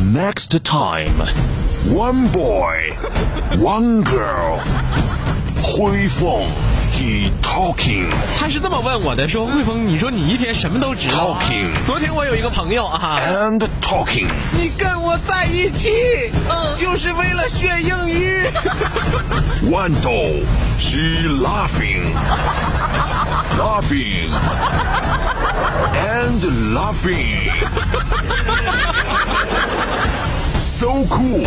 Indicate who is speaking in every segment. Speaker 1: Next time, one boy, one girl. 辉凤，he talking
Speaker 2: 他是这么问我的，说汇丰，你说你一天什么都知道啊、
Speaker 1: Talking
Speaker 2: 昨天我有一个朋友啊，
Speaker 1: and talking。
Speaker 3: 你跟我在一起，嗯，就是为了学英语。
Speaker 1: Wando, she laughing, laughing, and laughing. So cool,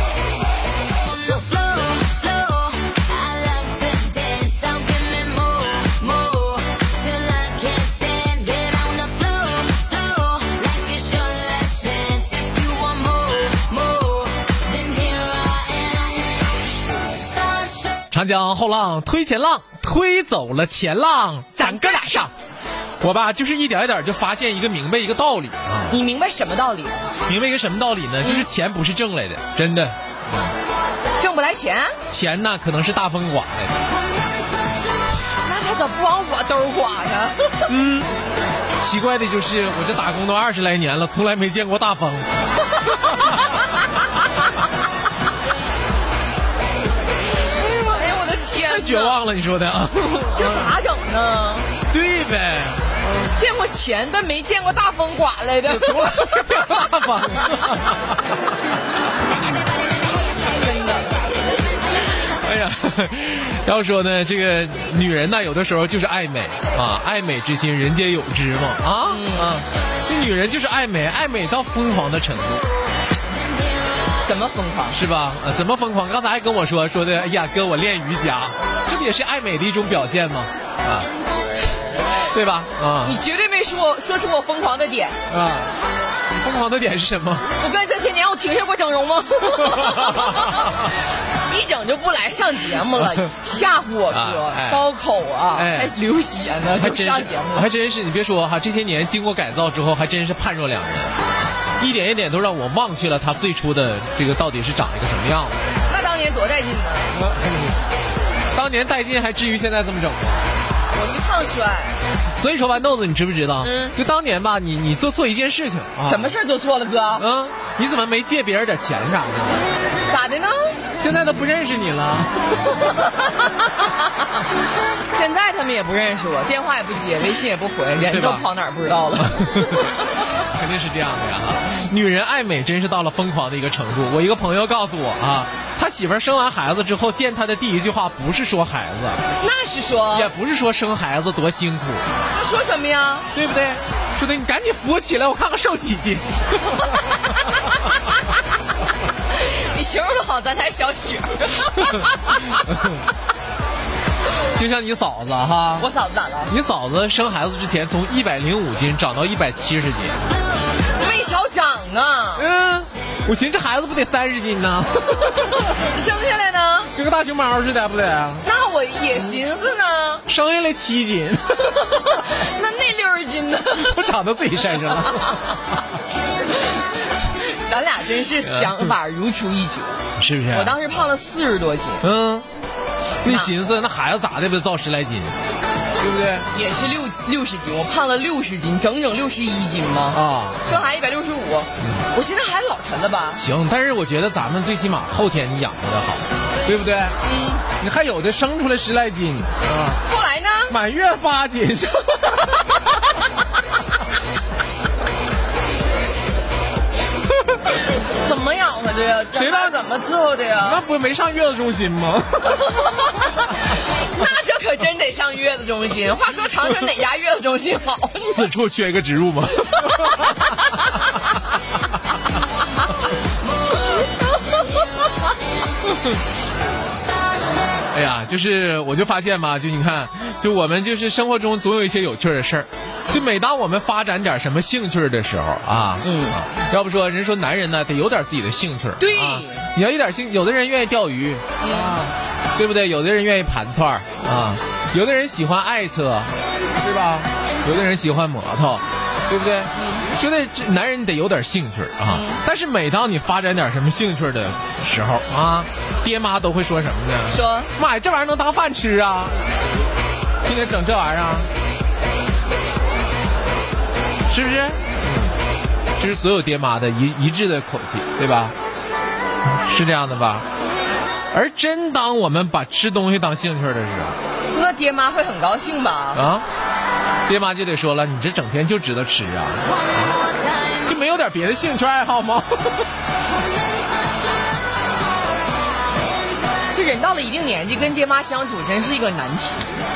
Speaker 4: The flow, flow. I love to dance. So give me more, more. Till I can't stand it on the flow, flow. Like it's your last chance. If you want more, more, then here I am. Starship.
Speaker 2: 长江后浪推前浪，推走了前浪，咱哥俩上。我吧，就是一点一点就发现一个明白一个道理，啊
Speaker 5: 你明白什么道理？嗯
Speaker 2: 明白一个什么道理呢？就是钱不是挣来的，真的，
Speaker 5: 挣不来钱，
Speaker 2: 钱呢可能是大风刮来的，
Speaker 5: 那他咋不往我兜儿刮呢？
Speaker 2: 奇怪的就是我这打工都二十来年了，从来没见过大风。
Speaker 5: 哎呀，我的天
Speaker 2: 太
Speaker 5: 呐，
Speaker 2: 绝望了，你说的 啊？
Speaker 5: 这咋整呢？
Speaker 2: 对呗，
Speaker 5: 见过钱，但没见过大风刮来的。
Speaker 2: 从来没见过大风。 哎呀，要说呢，这个女人呢，有的时候就是爱美啊，爱美之心，人皆有之嘛啊啊，这女人就是爱美，爱美到疯狂的程度。
Speaker 5: 怎么疯狂？
Speaker 2: 是吧？呃，怎么疯狂？刚才还跟我说说的，哎呀，哥，我练瑜伽，这不也是爱美的一种表现吗？啊，对吧？啊
Speaker 5: 你绝对没说说出我疯狂的点。
Speaker 2: 啊，疯狂的点是什么？
Speaker 5: 我跟这些年我停下过整容吗？ 一整就不来上节目了， 吓唬我
Speaker 2: 啊哎
Speaker 5: 哥，包口啊，
Speaker 2: 哎
Speaker 5: 还流血呢，
Speaker 2: 还
Speaker 5: 就
Speaker 2: 真
Speaker 5: 上
Speaker 2: 是
Speaker 5: 节目，了。
Speaker 2: 还真是，你别说哈，这些年经过改造之后，还真是判若两人，一点一点都让我忘却了他最初的这个到底是长一个什么样子。
Speaker 5: 那当年多带劲呢！
Speaker 2: 当年带劲，还至于现在这么整吗？
Speaker 5: 我是抗衰，
Speaker 2: 所以说，豌豆子，你知不知道？
Speaker 5: 嗯
Speaker 2: 就当年吧，你你做错一件事情，啊
Speaker 5: 什么？事儿做错了哥？
Speaker 2: 嗯，你怎么没借别人点钱啥的？
Speaker 5: 咋的呢？
Speaker 2: 现在都不认识你了。
Speaker 5: 现在他们也不认识我，电话也不接，微信也不回，人都
Speaker 2: 吧
Speaker 5: 跑哪儿不知道了。
Speaker 2: 肯定是这样的呀、女人爱美真是到了疯狂的一个程度。我一个朋友告诉我啊，他媳妇儿生完孩子之后见他的第一句话不是说孩子，
Speaker 5: 那是说
Speaker 2: 也不是说生孩子多辛苦，
Speaker 5: 那说什么呀？
Speaker 2: 对不对？说的你赶紧扶我起来，我看看瘦几斤。
Speaker 5: 你形容的好，咱才小雪。
Speaker 2: 就像你嫂子哈，
Speaker 5: 我嫂子咋了？
Speaker 2: 你嫂子生孩子之前从一百零五斤长到一百七十斤，
Speaker 5: 没少长啊，
Speaker 2: 嗯，我寻思这孩子不得三十斤呢，
Speaker 5: 生下来呢，
Speaker 2: 跟个大熊猫似的，不得
Speaker 5: 那我也寻思呢。
Speaker 2: 生下来七斤，
Speaker 5: 那那六十斤呢？
Speaker 2: 都长到自己身上了。
Speaker 5: 咱俩真是想法如出一辙。
Speaker 2: 是不是？
Speaker 5: 我当时胖了四十多斤，
Speaker 2: 嗯，那寻思那孩子咋的不得造十来斤
Speaker 5: 对不对？也是六六十斤，我胖了六十斤，整整六十一斤吗？
Speaker 2: 啊？
Speaker 5: 生孩子一百六十五，我现在孩子老沉了吧？
Speaker 2: 行，但是我觉得咱们最起码后天你养活的好，对不对？嗯，你还有的生出来十来斤，
Speaker 5: 后来呢？
Speaker 2: 满月八斤，
Speaker 5: 怎么养活的呀？
Speaker 2: 谁让
Speaker 5: 怎么伺候 的呀？
Speaker 2: 那不没上月子中心吗？
Speaker 5: 那这可真得上月子中心。话说长春哪家月子中心好？
Speaker 2: 此处缺一个植入吗？ 哎呀，就是我就发现嘛，就你看，就我们就是生活中总有一些有趣儿的事儿，就每当我们发展点什么兴趣儿的时候啊，
Speaker 5: 嗯
Speaker 2: 啊，要不说人说男人呢得有点自己的兴趣儿，
Speaker 5: 对嗯
Speaker 2: 啊你要一点兴，有的人愿意钓鱼，啊，对不对？有的人愿意盘串儿啊，有的人喜欢爱车，是吧？有的人喜欢摩托，对不对？
Speaker 5: 嗯
Speaker 2: 觉得这男人得有点兴趣儿啊，但是每当你发展点什么兴趣儿的时候啊，爹妈都会说什么呢？
Speaker 5: 说
Speaker 2: 妈呀，这玩意儿能当饭吃啊！天天整这玩意儿啊，是不是？嗯这是所有爹妈的一一致的口气，对吧？是这样的吧？而真当我们把吃东西当兴趣的时
Speaker 5: 那爹妈会很高兴吧？
Speaker 2: 候啊，爹妈就得说了，你这整天就知道吃啊，就没有点别的兴趣爱好吗？
Speaker 5: 就人到了一定年纪，跟爹妈相处真是一个难题。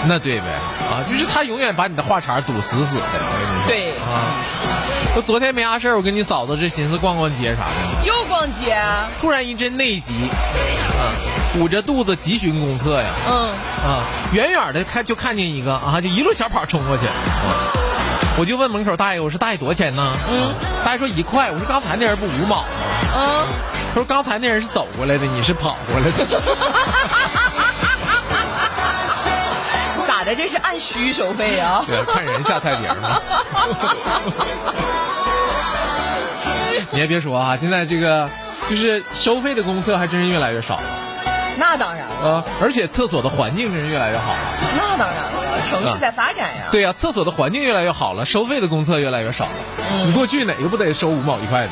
Speaker 2: 那对呗，啊，就是他永远把你的话茬堵死死的。我跟你说
Speaker 5: 对，
Speaker 2: 我昨天没啥事儿，我跟你嫂子这寻思逛逛街啥的，
Speaker 5: 又逛街，
Speaker 2: 突然一阵内急，啊，捂着肚子急寻公厕呀，
Speaker 5: 嗯，
Speaker 2: 啊，远远的看就看见一个啊，就一路小跑冲过去，啊我就问门口大爷，我说大爷多少钱呢？嗯，大爷说一块，我说刚才那人不五毛吗？
Speaker 5: 嗯，
Speaker 2: 他说刚才那人是走过来的，你是跑过来的。
Speaker 5: 咋的？这是按需收费啊？
Speaker 2: 对，看人下菜碟儿嘛。 你还别说啊，现在这个就是收费的公厕还真是越来越少了，
Speaker 5: 那当然了，
Speaker 2: 呃，而且厕所的环境真是越来越好了。
Speaker 5: 那当然了，城市在发展呀。
Speaker 2: 对呀、厕所的环境越来越好了，收费的公厕越来越少了。你过去哪个不得收五毛一块的？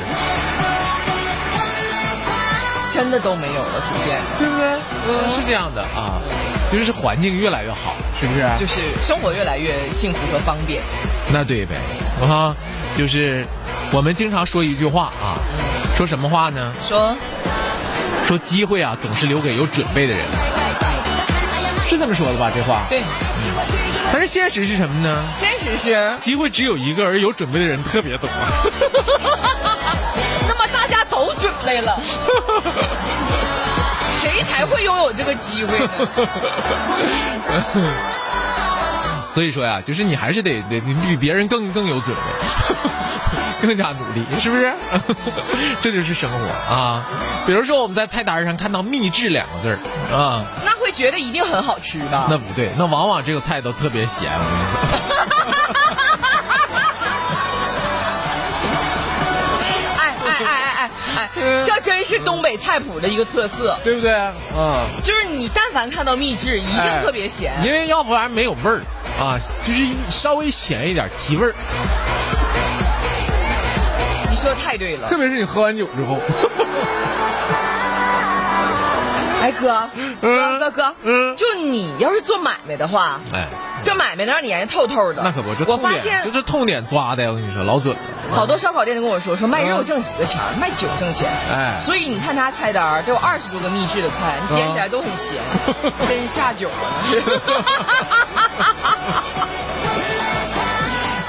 Speaker 5: 真的都没有了，逐渐
Speaker 2: 对不对？嗯，是这样的啊，就是环境越来越好，是不是？
Speaker 5: 就是生活越来越幸福和方便。
Speaker 2: 那对呗，啊，就是我们经常说一句话啊，说什么话呢？
Speaker 5: 说
Speaker 2: 说机会啊，总是留给有准备的人，是这么说的吧？这话。
Speaker 5: 对，
Speaker 2: 但是现实是什么呢？
Speaker 5: 现实是，
Speaker 2: 机会只有一个，而有准备的人特别多。
Speaker 5: 那么大家都准备 了，谁才会拥有这个机会 呢？
Speaker 2: 所以说呀，就是你还是得得你比别人更更有准备， 更加努力，是不是？ 这就是生活啊。比如说我们在菜单上看到“秘制”两个字儿啊，
Speaker 5: 那会觉得一定很好吃吧？
Speaker 2: 那不对，那往往这个菜都特别咸。我跟你说。
Speaker 5: 哎哎哎哎 哎哎，这真是东北菜谱的一个特色，
Speaker 2: 对不对？嗯，
Speaker 5: 就是你但凡看到秘制，一定特别咸。
Speaker 2: 因为要不然没有味儿啊，就是稍微咸一点提味儿，
Speaker 5: 你说的太对了
Speaker 2: 特。别是你喝完酒之后。
Speaker 5: 哎哥，
Speaker 2: 嗯
Speaker 5: 哥哥哥，
Speaker 2: 嗯
Speaker 5: 就你要是做买卖的话，
Speaker 2: 哎，
Speaker 5: 这买卖能让你研究透透的。
Speaker 2: 那可不，这
Speaker 5: 我
Speaker 2: 痛
Speaker 5: 发
Speaker 2: 点就
Speaker 5: 现
Speaker 2: 是痛点抓的呀，我跟你说老准了。
Speaker 5: 好多烧烤店都跟我说，说卖肉
Speaker 2: 嗯
Speaker 5: 挣几个钱，卖酒挣钱。
Speaker 2: 哎
Speaker 5: 所以你看他菜单儿都有二十多个秘制的菜，你点起来都很咸，真下酒了呢。是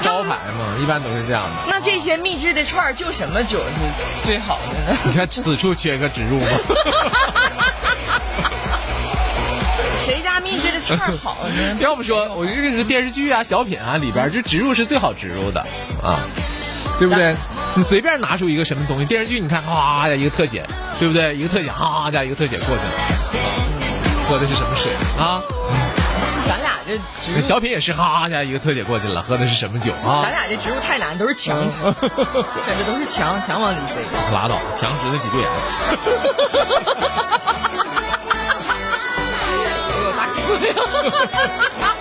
Speaker 2: 招牌嘛，一般都是这样的。
Speaker 5: 那这些秘制的串儿，就什么酒是最好的呢？
Speaker 2: 你看此处缺个植入吗？？
Speaker 5: 谁家秘制的串儿好呢
Speaker 2: 要不说我这个是电视剧啊、小品啊里边，这植入是最好植入的啊，对不对？你随便拿出一个什么东西，电视剧你看，哗一个特写，对不对？一个特写，哈加一个特写过去了，喝的是什么水啊？
Speaker 5: 咱俩这植入，
Speaker 2: 小品也是，哈加一个特写过去了，喝的是什么酒啊
Speaker 5: 咱？俩这植入太难，都是强 植，这都是强强往里 塞。
Speaker 2: 拉倒，强直的几对眼。
Speaker 5: 哎呦，大哥呀！